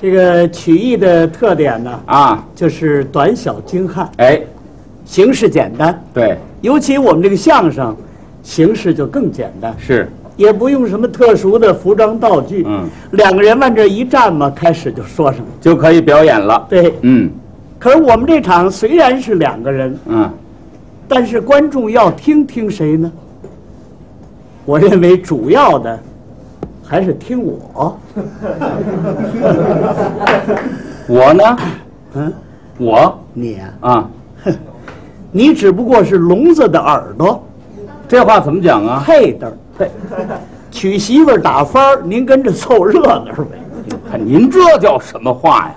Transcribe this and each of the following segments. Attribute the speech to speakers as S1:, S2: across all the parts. S1: 这个曲艺的特点呢，
S2: 啊，
S1: 就是短小精悍，
S2: 哎，
S1: 形式简单。
S2: 对，
S1: 尤其我们这个相声，形式就更简单，
S2: 是，
S1: 也不用什么特殊的服装道具。
S2: 嗯，
S1: 两个人往这一站嘛，开始就说上了。
S2: 就可以表演了。
S1: 对，
S2: 嗯
S1: 可是我们这场虽然是两个人，
S2: 嗯，
S1: 但是观众要听听谁呢？我认为主要的还是听我。
S2: 我呢，
S1: 嗯，
S2: 我
S1: 你啊，
S2: 啊，
S1: 你只不过是聋子的耳朵
S2: 这话怎么讲啊？
S1: 配的儿，配娶媳妇儿打幡儿，您跟着凑热闹儿呗。
S2: 看您这叫什么话呀？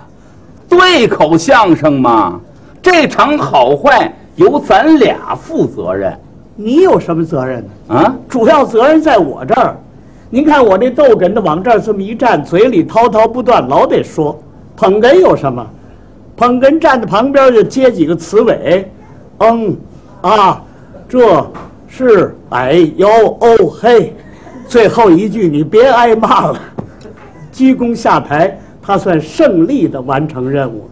S2: 对口相声嘛，这场好坏由咱俩负责任
S1: 你有什么责任呢？
S2: 啊。
S1: 主要责任在我这儿。您看我这逗哏的往这儿这么一站，嘴里滔滔不断，老得说。捧哏有什么？捧哏站在旁边就接几个词尾，嗯，啊，这是哎呦哦嘿，最后一句你别挨骂了。鞠躬下台，他算胜利的完成任务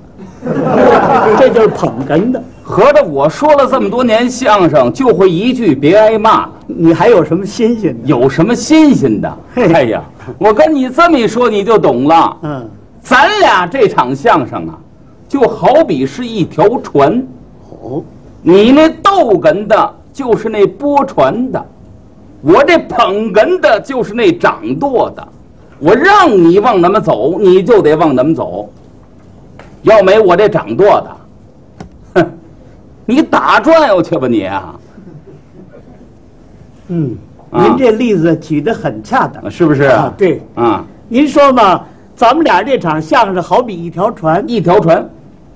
S1: 了。这就是捧哏的。
S2: 合着我说了这么多年相声，就会一句别挨骂，
S1: 你还有什么新鲜的？
S2: 有什么新鲜的？
S1: 嘿
S2: 哎呀，我跟你这么一说，你就懂了。
S1: 嗯，
S2: 咱俩这场相声啊，就好比是一条船，
S1: 哦，
S2: 你那逗哏的就是那拨船的，我这捧哏的就是那掌舵的。我让你往哪么走，你就得往哪么走。要没我这掌舵的，哼，你打转悠去吧你啊！
S1: 嗯，
S2: 啊
S1: 您这例子举得很恰当。
S2: 是不是？
S1: 啊对
S2: 啊，
S1: 您说嘛，咱们俩这场相声好比一条船，
S2: 一条船，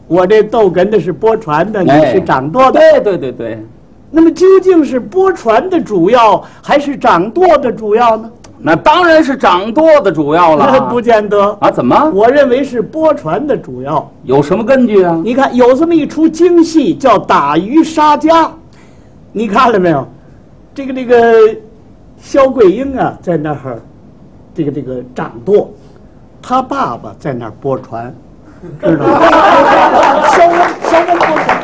S1: 我这逗哏的是拨船的，你
S2: 哎
S1: 是掌舵的。
S2: 对对对对，
S1: 那么究竟是拨船的主要，还是掌舵的主要呢？
S2: 那当然是掌舵的主要
S1: 那
S2: 了。
S1: 不见得，
S2: 啊？怎么？
S1: 我认为是拨船的主要。
S2: 有什么根据啊？
S1: 你看，有这么一出京戏叫《打渔杀家》，你看了没有？这个这个，萧桂英啊，在那儿，这个这个掌舵，他爸爸在那儿拨船，知道吗？萧文萧文拨船，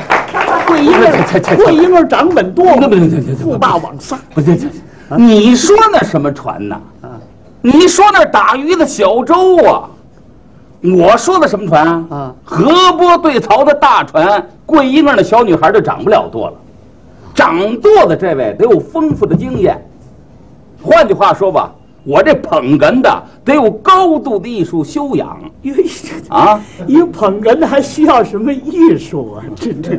S1: 桂英
S2: 这这这
S1: 儿
S2: 这
S1: 桂英儿掌稳舵
S2: 不不不不不，不
S1: 富霸往上。
S2: 不是，这这你说那什么船呐？
S1: 啊
S2: 你说那打鱼的小舟啊？我说的什么船啊？
S1: 啊
S2: 河波对槽的大船，桂英儿那小女孩就掌不了舵了。掌舵的这位得有丰富的经验。换句话说吧，我这捧哏的得有高度的艺术修养
S1: 哟，
S2: 啊。
S1: 一捧哏的还需要什么艺术啊？真真，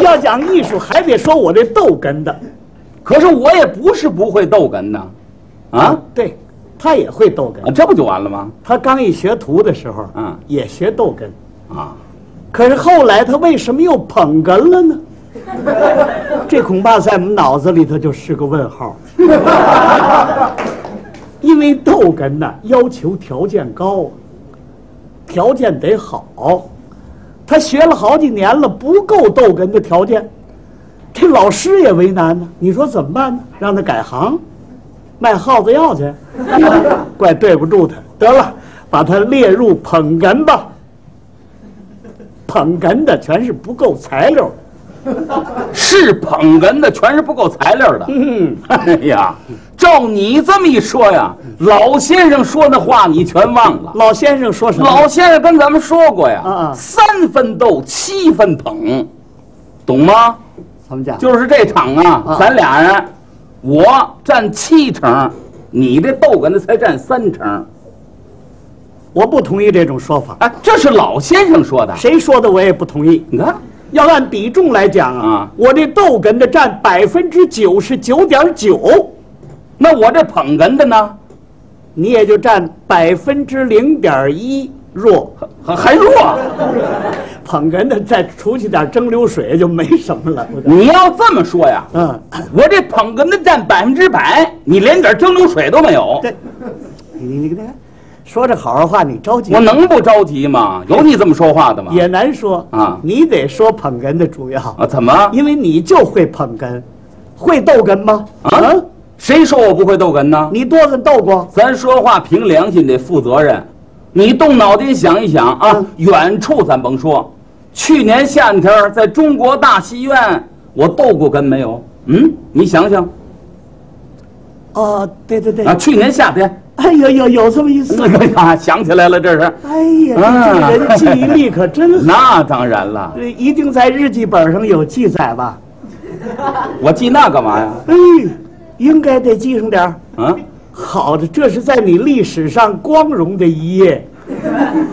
S1: 要讲艺术，还得说我这逗哏的。
S2: 可是我也不是不会逗哏呐，啊
S1: 对，他也会逗哏
S2: 啊，。这不就完了吗？
S1: 他刚一学徒的时候，
S2: 嗯
S1: 也学逗哏。
S2: 啊，
S1: 可是后来他为什么又捧哏了呢？这恐怕在我们脑子里头就是个问号。因为逗哏呢，要求条件高啊，条件得好。他学了好几年了，不够逗哏的条件，这老师也为难呢。你说怎么办呢？让他改行，卖耗子药去，怪对不住他。得了，把他列入捧哏吧。捧哏的全是不够材料的。
S2: 是捧哏的全是不够材料的。
S1: 嗯，
S2: 哎呀，照你这么一说呀，老先生说的话你全忘了。
S1: 老先生说什么？
S2: 老先生跟咱们说过
S1: 啊
S2: 呀
S1: 啊，
S2: 三分逗，七分捧，懂吗？
S1: 怎么讲？
S2: 就是这场啊
S1: 啊，
S2: 咱俩人，我占七成，你这逗哏的才占三成。
S1: 我不同意这种说法。
S2: 哎，这是老先生说的。
S1: 谁说的我也不同意。
S2: 你看，
S1: 要按比重来讲啊，
S2: 啊
S1: 我这逗哏的占百分之九十九点九，
S2: 那我这捧哏的呢，
S1: 你也就占百分之零点一弱。
S2: 还还弱。
S1: 捧哏的再除去点蒸馏水就没什么了。我觉得
S2: 你要这么说呀，
S1: 嗯，
S2: 我这捧哏的占百分之百，你连点蒸馏水都没有。
S1: 对，你你你看，说这好好话你着急，
S2: 我能不着急吗？有你这么说话的吗？
S1: 也难说
S2: 啊
S1: 你得说捧哏的主要。
S2: 啊，怎么？
S1: 因为你就会捧哏，会逗哏吗？
S2: 啊，谁说我不会逗哏呢？
S1: 你多子逗过，
S2: 咱说话凭良心得负责任。你动脑筋想一想啊，
S1: 嗯
S2: 远处咱甭说，去年夏天儿在中国大戏院，我斗过哏没有？嗯，你想想
S1: 哦，对对对，
S2: 啊，去年夏天，
S1: 哎呦呦，有这么一说，
S2: 哎呀，想起来了，这是。
S1: 哎呀，这个人记忆力可真好，
S2: 啊那当然了，
S1: 呃一定在日记本上有记载吧？
S2: 我记那干嘛呀？
S1: 哎，应该得记上点儿。
S2: 啊，
S1: 好的，这是在你历史上光荣的一页。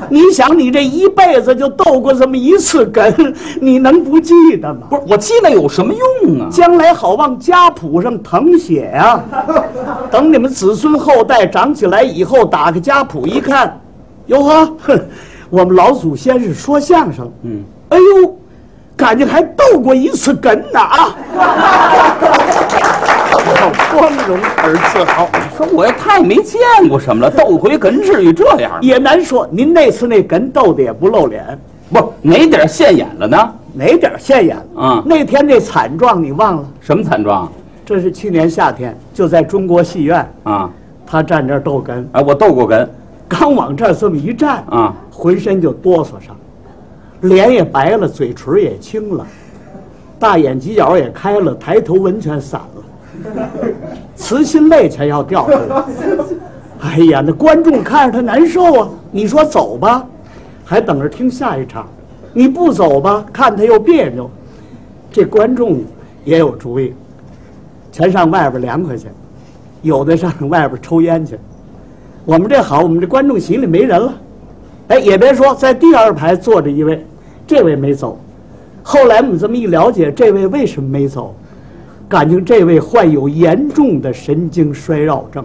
S1: 你想，你这一辈子就斗过这么一次哏，你能不记得吗？
S2: 不是，我记那有什么用啊？
S1: 将来好往家谱上誊写呀、啊！等你们子孙后代长起来以后，打开家谱一看，哟呵，哼我们老祖先是说相声，
S2: 嗯，
S1: 哎呦，感情还斗过一次哏呢啊！光荣
S2: 啊
S1: 而自豪，
S2: 说我也太没见过什么了，斗回哏至于这样吗？
S1: 也难说。您那次那哏斗的也不露脸，
S2: 不是哪点儿现眼了呢？
S1: 哪点儿现眼了？
S2: 啊
S1: 那天那惨状你忘了？
S2: 什么惨状
S1: 这是去年夏天，就在中国戏院，
S2: 啊？
S1: 他站这儿斗哏。
S2: 哎，我斗过哏
S1: 刚往这儿这么一站，
S2: 啊，
S1: 浑身就哆嗦上，脸也白了，嘴唇也青了，大眼犄角也开了，抬头纹全散了，慈心泪全要掉出来。哎呀，那观众看着他难受啊！你说走吧，还等着听下一场；你不走吧，看他又别扭。这观众也有主意，全上外边凉快去，有的上外边抽烟去。我们这好，我们这观众席里没人了，哎，也别说，在第二排坐着一位，这位没走。后来我们这么一了解，这位为什么没走？感情这位患有严重的神经衰弱症，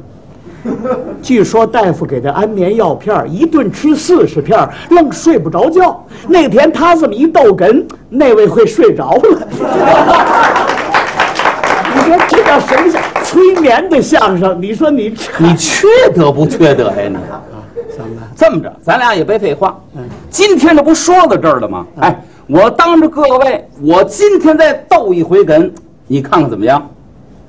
S1: 据说大夫给他安眠药片儿一顿吃四十片儿愣睡不着觉。那天他这么一逗哏，那位会睡着了。 你说这叫什么相？催眠的相声？你说你这
S2: 你缺德不缺德呀你？
S1: 怎么了？
S2: 这么着，咱俩也别废话
S1: 嗯，
S2: 今天这不说到这儿了吗？哎，我当着各位，我今天再斗一回哏，你看看怎么样？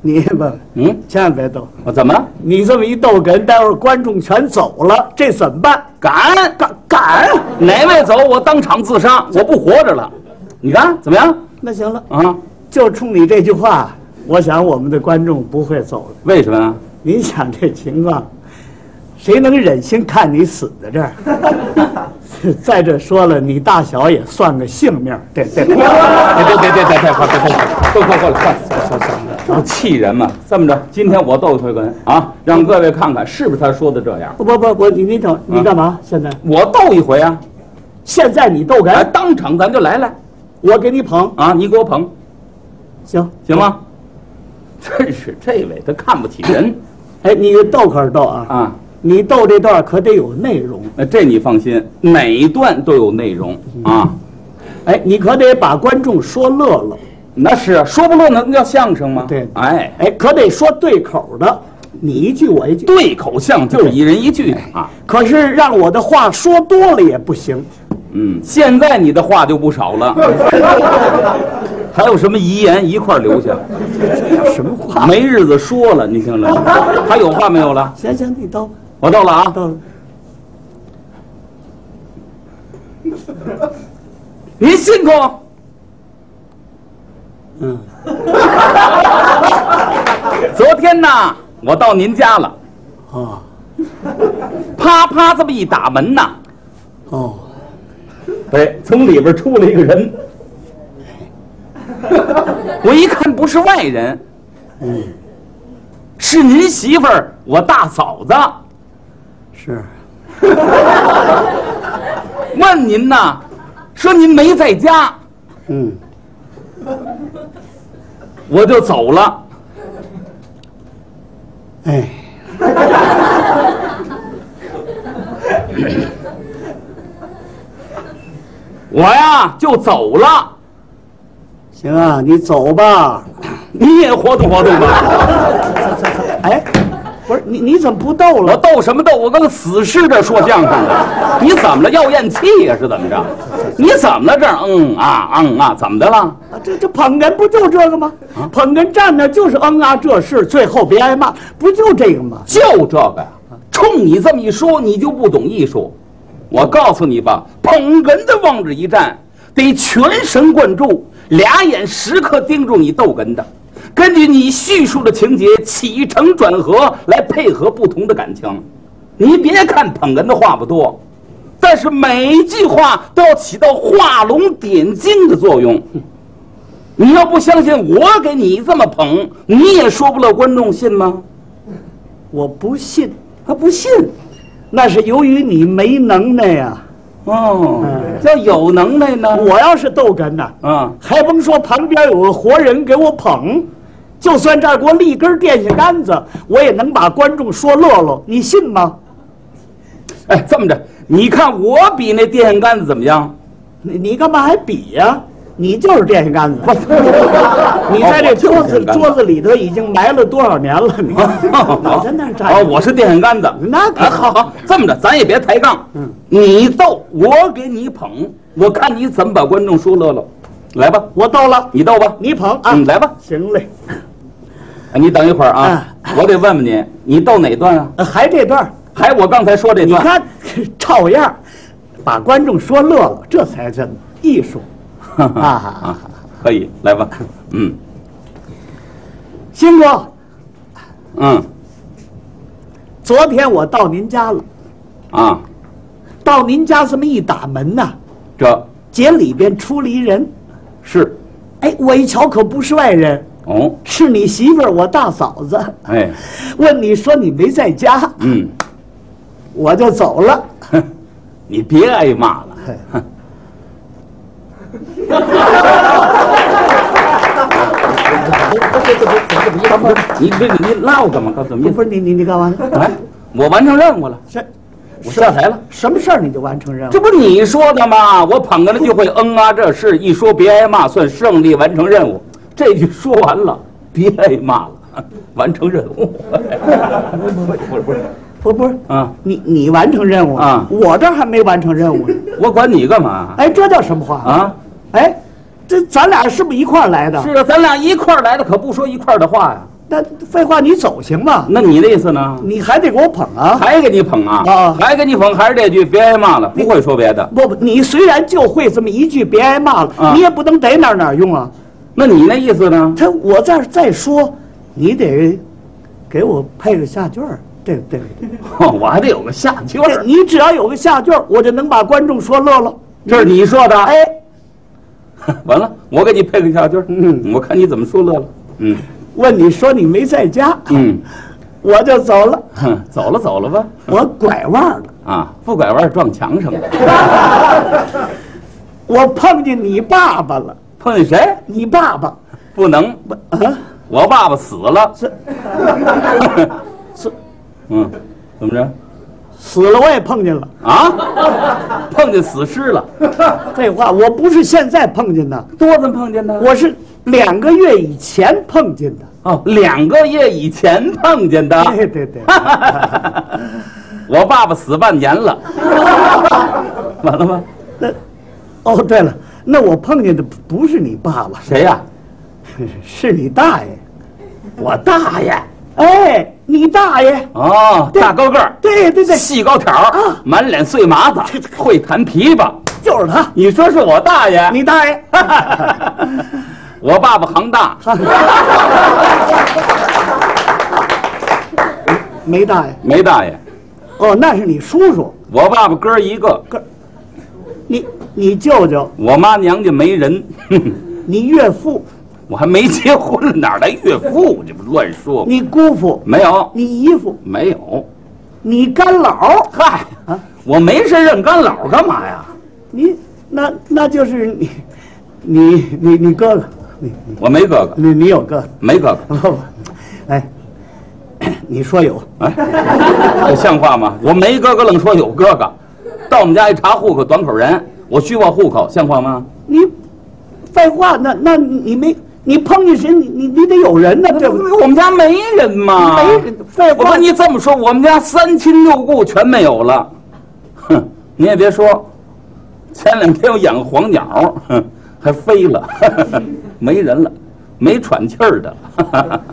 S1: 你吧，
S2: 嗯，
S1: 千万别逗。
S2: 我怎么了？
S1: 你这么一逗哏，待会儿观众全走了，这怎么办？
S2: 敢敢敢！哪位走，我当场自杀，我不活着了。你看怎么样？
S1: 那行了，
S2: 啊？
S1: 就冲你这句话，我想我们的观众不会走了。
S2: 为什么啊呀？
S1: 您想这情况，谁能忍心看你死在这儿？ 再者说了，你大小也算个性命，对对。
S2: 别别别别别别，快别别，快快快快快快！我气人嘛！这么着，今天我斗一回哏啊，让各位看看是不是他说的这样。
S1: 不不不，你你等，你干嘛？现在
S2: 我斗一回啊，
S1: 现在你逗
S2: 哎，
S1: 哏，
S2: 当场咱就来来
S1: 我给你捧，
S2: 啊，你给我捧，
S1: 行？
S2: 行吗？真是这位他看不起人
S1: 哎，你逗可是逗啊，
S2: 啊！
S1: 你逗这段可得有内容。
S2: 那这你放心，哪一段都有内容啊。
S1: 哎，你可得把观众说乐了。
S2: 那是啊说不论能叫相声吗？
S1: 对
S2: 哎，
S1: 哎，可得说对口的，你一句我一句。
S2: 对口相就是一人一句啊。
S1: 可是让我的话说多了也不行，
S2: 嗯，现在你的话就不少 了，还有什么遗言一块儿留下，
S1: 什么话？
S2: 没日子说了，你听着，还有话没有了？
S1: 行行，你到吧，
S2: 我到了啊，
S1: 到了。
S2: 您辛苦。
S1: 嗯，
S2: 昨天呐，我到您家了，
S1: 哦
S2: 啪啪这么一打门呐，
S1: 哦，
S2: 对，从哎里边出来一个人， 我一看不是外人，
S1: 哎
S2: 是您媳妇儿，我大嫂子。
S1: 是
S2: 问您呐，说您没在家，
S1: 嗯，
S2: 我就走了。
S1: 哎，
S2: 我呀就走了，
S1: 行啊，你走吧。
S2: 你也活动活动吧。
S1: 哎，不是你你怎么不逗
S2: 我
S1: 了？
S2: 斗什么斗？我跟个死尸这说相声的，你怎么了？要咽气呀、是怎么着？你怎么了这儿？嗯啊嗯啊，怎么的了？
S1: 啊这这捧哏不就这个吗？捧哏站那就是嗯啊这事，最后别挨骂，不就这个吗？
S2: 就这个呀，冲你这么一说，你就不懂艺术。我告诉你吧，捧哏的往这一站，得全神贯注，俩眼时刻盯住你逗哏的，根据你叙述的情节起承转合来配合不同的感情。你别看捧哏的话不多，但是每一句话都要起到画龙点睛的作用。你要不相信我给你这么捧，你也说不了观众信吗？
S1: 我不信，
S2: 他不信。
S1: 那是由于你没能耐啊呀、
S2: 哦，要有能耐呢，
S1: 嗯我要是逗哏呐、
S2: 啊，
S1: 还甭说旁边有个活人给我捧，就算这儿给我立根电线杆子，我也能把观众说乐乐，你信吗？
S2: 哎，这么着，你看我比那电线杆子怎么样？
S1: 你你干嘛还比呀、你就是电线 杆子，你在这桌
S2: 哦我
S1: 子
S2: 就是电线杆子
S1: 桌子里头已经埋了多少年了？你 老在 那儿站
S2: 啊，
S1: 着，
S2: 我是电线杆子。
S1: 那可
S2: 哎，好好，这么着，咱也别抬杠。
S1: 嗯，
S2: 你逗，我给你捧，我看你怎么把观众说乐了。来吧，
S1: 我到了，
S2: 你逗吧。
S1: 你捧啊，
S2: 嗯，来吧，
S1: 行嘞，
S2: 哎你等一会儿啊，我得问问你，你逗哪段啊？
S1: 呃还这段儿，
S2: 还我刚才说这
S1: 你
S2: 段。
S1: 看 照样儿把观众说乐了，这才真艺术啊！
S2: 啊，可以，来吧。嗯
S1: 新哥，
S2: 嗯
S1: 昨天我到您家了，
S2: 啊，
S1: 到您家这么一打门呐、
S2: 这
S1: 姐里边出了一人，
S2: 是
S1: 哎，我一瞧可不是外人，
S2: 哦，
S1: 是你媳妇儿，我大嫂子。
S2: 哎，
S1: 问你说你没在家，
S2: 嗯，
S1: 我就走了。
S2: 你别挨骂了。你这你拉我干嘛？怎么意
S1: 不是你你你干嘛 呢？
S2: 来，我完成任务了，
S1: 这
S2: 我下台了。
S1: 什么事儿你就完成任务
S2: 这？不你说的吗？我捧哏的就会嗯啊，这事一说别挨骂，算胜利完成任务。这句说完了，别挨骂了，完成任务。不是不是
S1: 不不是，
S2: 啊，
S1: 你你完成任务
S2: 啊
S1: 我这儿还没完成任务呢。
S2: 我管你干嘛
S1: 哎，这叫什么话？
S2: 啊？
S1: 哎，这咱俩是不是一块儿来的？
S2: 是。啊，咱俩一块儿来的，可不说一块儿的话呀。
S1: 那废话，你走行吗？
S2: 那你的意思呢？
S1: 你还得给我捧啊！
S2: 还给你捧
S1: 啊
S2: 啊？还给你捧，还是这句，别挨骂了，不会说别的。
S1: 不不，你虽然就会这么一句“别挨骂了”，
S2: 啊
S1: 你也不能逮哪儿哪儿用啊。
S2: 那你那意思呢？
S1: 他我这儿再说，你得给我配个下句儿，对不对？
S2: 我还得有个下句
S1: 对
S2: 儿，
S1: 你只要有个下句儿，我就能把观众说乐了。
S2: 这是你说的。
S1: 哎，
S2: 完了，我给你配个下句儿，
S1: 嗯
S2: 我看你怎么说乐了。 嗯
S1: 问你说你没在家，
S2: 嗯，
S1: 我就走了，
S2: 哼走了走了吧。
S1: 我拐弯了，
S2: 啊，不拐弯儿撞墙什么的，
S1: 我碰见你爸爸了，
S2: 碰见谁
S1: 你爸爸
S2: 不能？
S1: 啊，
S2: 我爸爸死了。
S1: 是是
S2: 嗯，怎么着？
S1: 死了我也碰见了。
S2: 啊，碰见死尸了，
S1: 废话，我不是现在碰见的，
S2: 多怎么碰见的？
S1: 我是两个月以前碰见的。
S2: 哦，两个月以前碰见的。
S1: 对对对，
S2: 我爸爸死半年了， 完了吗？
S1: 那哦对了，那我碰见的不是你爸爸，
S2: 谁呀、
S1: 是你大爷。
S2: 我大爷。
S1: 哎，你大爷，
S2: 哦，大高个儿，
S1: 对对对，
S2: 细高挑儿，满脸碎麻子，会弹琵琶。
S1: 就是他，
S2: 你说是我大爷？
S1: 你大爷。
S2: 我爸爸行大，
S1: 梅大爷，
S2: 没大爷。
S1: 哦，那是你叔叔，
S2: 我爸爸哥儿一个，
S1: 你你舅舅，
S2: 我妈娘家没人，
S1: 你岳父，
S2: 我还没结婚，哪来岳父？这不乱说吗？
S1: 你姑父，
S2: 没有，
S1: 你姨父，
S2: 没有。
S1: 你干姥，
S2: 嗨，我没事认干老干嘛呀？
S1: 你那那就是你，你你你哥哥，你
S2: 我没哥哥，
S1: 你你有哥
S2: 没哥哥。
S1: 哥，不不， 哎，你说有，
S2: 这像话吗？我没哥哥，愣说有哥哥。到我们家一查户口，短口人，我虚报户口，像话吗？
S1: 你废话，那那你没你碰见谁，你你你得有人呢，对啊不对？
S2: 我们家没人嘛，
S1: 没人废
S2: 我
S1: 话，
S2: 跟你这么说，我们家三亲六故全没有了。哼，你也别说，前两天我养个黄鸟，哼，还 飞了，没人了，没喘气儿的了。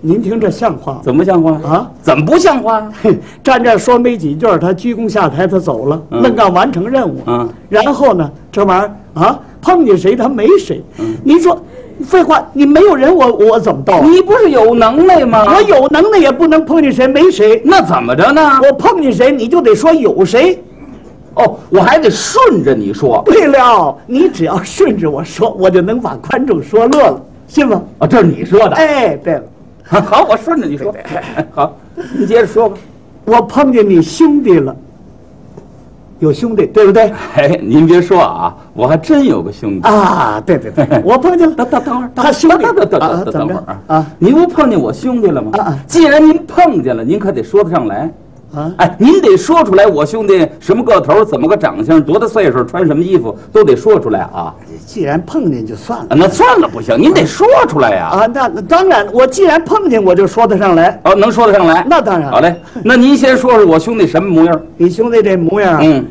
S1: 您听这像话 吗？
S2: 怎么像话
S1: 啊？哦
S2: 怎么不像话？
S1: 嘿站这儿说没几句儿，他鞠躬下台，他走了，
S2: 嗯
S1: 愣干完成任务。
S2: 嗯
S1: 然后呢，这玩意儿啊，碰见谁他没谁。
S2: 嗯
S1: 您说，废话，你没有人我我怎么到啊？
S2: 你不是有能耐吗？
S1: 我，有能耐也不能碰见谁没谁，
S2: 那怎么着呢？
S1: 我碰见谁你就得说有谁。
S2: 哦，我还得顺着你说
S1: 对了，你只要顺着我说，我就能把观众说乐了，信吗？
S2: 啊，这是你说的。
S1: 哎，对了，
S2: 好，我顺着你说。 好，你接着说 吧。
S1: 我碰见你兄弟了，有兄弟对不对？
S2: 哎，您别说啊，我还真有个兄弟。
S1: 啊，对对 对，我碰见了。
S2: 等等等会儿，
S1: 他兄弟
S2: 等等等
S1: 啊
S2: 等等
S1: 怎么
S2: 等会
S1: 着
S2: 儿
S1: 啊！
S2: 您不碰见我兄弟了吗？
S1: 啊啊
S2: 既然您碰见了，您可得说得上来。
S1: 啊
S2: 哎，您得说出来，我兄弟什么个头，怎么个长相，多大岁数，穿什么衣服，都得说出来啊！
S1: 既然碰见就算了
S2: 啊。那算了，不行，您得说出来呀、
S1: 啊，那那当然，我既然碰见，我就说得上来。
S2: 哦，能说得上来？
S1: 那当然
S2: 好嘞，那您先说说我兄弟什么模样？
S1: 你兄弟这模样，
S2: 嗯，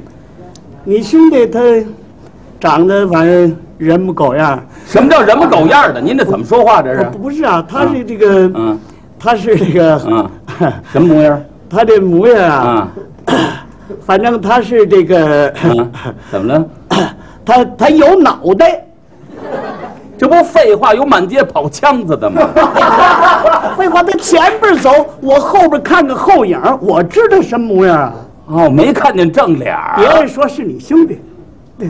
S1: 你兄弟他长得反正人模狗样儿，
S2: 什么叫人模狗样的？您这怎么说话这是
S1: 哦？不是啊，他是这个，
S2: 嗯
S1: 他是这个，
S2: 嗯， 什么模样？
S1: 他这模样啊，
S2: 啊，
S1: 反正他是这 个，
S2: 嗯，怎么了？
S1: 他他有脑袋。
S2: 这不废话，有满街跑枪子的吗？
S1: 废话，他前边走，我后边看个后影儿，我知道什么模样啊。
S2: 哦，没看见正脸儿。
S1: 别人说是你兄弟，对对对对对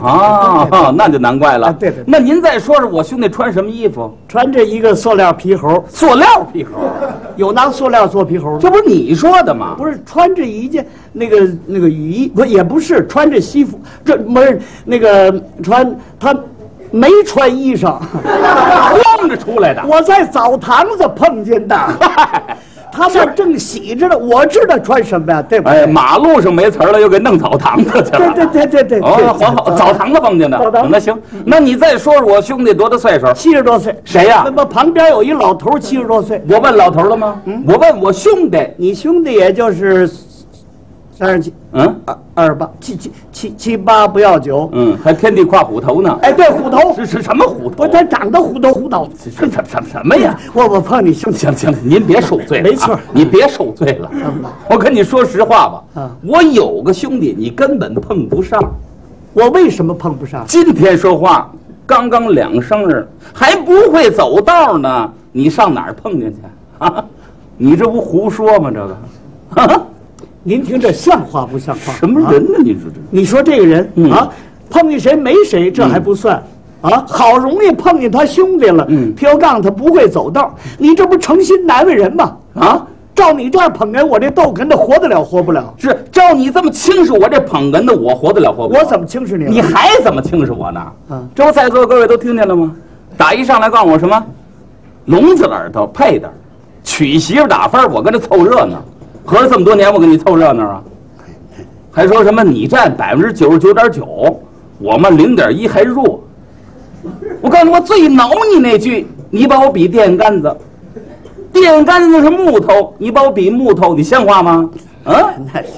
S2: 啊， 那就难怪了。
S1: 啊对对对
S2: 那您再说说我兄弟穿什么衣服？
S1: 穿着一个塑料皮猴，
S2: 塑料 皮猴，
S1: 有拿塑料做皮猴的。
S2: 这不是你说的吗？
S1: 不是穿着一件那个那个雨衣，不也不是穿着西服，这不是那个穿他没穿衣裳，
S2: 光着出来的。
S1: 我在澡堂子碰见 的，他们正洗着呢，我知道穿什么呀，对不
S2: 哎，
S1: 对？
S2: 马路上没词儿了，又给弄澡堂子去
S1: 对
S2: 了。
S1: 对对对对，啊对
S2: 哎哦，好好，澡堂子碰见的嗯
S1: 澡堂。子
S2: 那行，那你再说说我兄弟多大岁 数？
S1: 七十多岁，
S2: 谁呀
S1: 那么旁边有一老头七十多岁，
S2: 我问老头了吗？
S1: 嗯
S2: 我问我兄弟。
S1: 你兄弟也就是三十七
S2: 嗯
S1: 二二十八七七七七八不要九，
S2: 嗯，还天地跨虎头呢。
S1: 哎，对，虎头，
S2: 这是什么虎头？
S1: 不是他长得虎头虎脑。
S2: 这什什什什么哎呀？
S1: 我我碰你兄弟
S2: 行了行了，您别受罪了、啊，
S1: 没错
S2: 你别受罪了。我跟你说实话吧，
S1: 嗯
S2: 我有个兄弟，你根本碰不上。
S1: 我为什么碰不上？
S2: 今天说话，刚刚两生日，还不会走道呢，你上哪儿碰见去啊？ 你这不胡说吗？这个，啊，
S1: 您听这像话不像话？
S2: 什么
S1: 啊
S2: 人呢？你这这
S1: 你说这个人、
S2: 嗯
S1: 啊，碰见谁没谁，这还不算、啊！好容易碰见他兄弟了，
S2: 嗯
S1: 飘杠他不会走道，你这不诚心难为人吗？
S2: 啊？
S1: 照你这样捧哏，我这逗哏的活得了活不了？
S2: 是照你这么轻视我这捧哏的，我活得了活不了？
S1: 我怎么轻视你了？
S2: 你还怎么轻视我呢？
S1: 嗯
S2: 这不在座各位都听见了吗？打一上来告诉我什么？聋子耳朵配的，娶媳妇打分儿，我跟着凑热闹。合着这么多年，我跟你凑热闹啊？还说什么你占百分之九十九点九，我们零点一还弱。我告诉你，我最挠你那句，你把我比电杆子，电杆子是木头，你把我比木头，你像话吗？嗯，
S1: 那是啊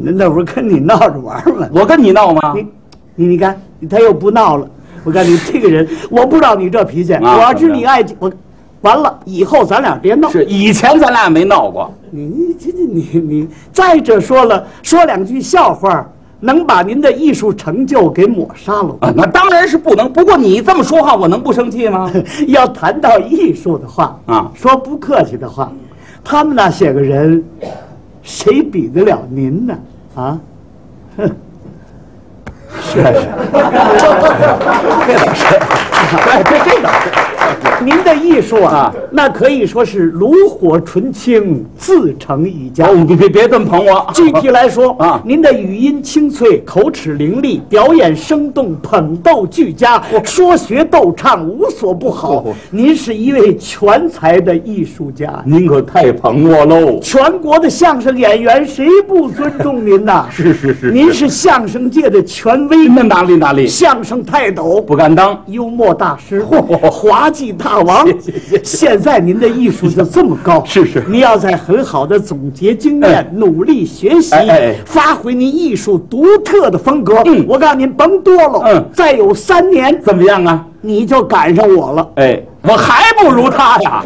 S1: 那那不是跟你闹着玩儿吗？
S2: 我跟你闹吗？
S1: 你你你看他又不闹了，我告诉你这个人，我不知道你这脾气，
S2: 啊
S1: 我要知你爱我，完了以后咱俩别闹。
S2: 是以前咱俩没闹过。
S1: 你你这这你你再者说了，说两句笑话，能把您的艺术成就给抹杀了。
S2: 啊，那当然是不能。不过你这么说话，我能不生气吗？
S1: 要谈到艺术的话
S2: 啊
S1: 说不客气的话，他们那些个人，谁比得了您呢？啊，
S2: 是啊是，啊这倒是，哎，这这倒是。
S1: 您的艺术啊，
S2: 啊
S1: 那可以说是炉火纯青，自成一家。
S2: 哦，别别别这么捧我。
S1: 具体来说
S2: 啊
S1: 您的语音清脆，口齿伶俐，表演生动，捧逗俱佳，说学逗唱无所不好
S2: 嚯嚯。
S1: 您是一位全才的艺术家，
S2: 您可太捧我喽。
S1: 全国的相声演员谁不尊重您呐？
S2: 是是是，
S1: 您是相声界的权威，
S2: 那哪里哪里
S1: 相声泰斗。
S2: 不敢当。
S1: 幽默大 师，
S2: 哦
S1: 滑稽大王。现在您的艺术就这么高，
S2: 是是
S1: 您要在很好的总结经验
S2: 哎，
S1: 努力学习
S2: 哎哎哎，
S1: 发挥您艺术独特的风格。
S2: 嗯
S1: 我告诉您，甭多了，
S2: 嗯
S1: 再有三年，
S2: 怎么样啊？
S1: 你就赶上我了。
S2: 哎，我还不如他呀。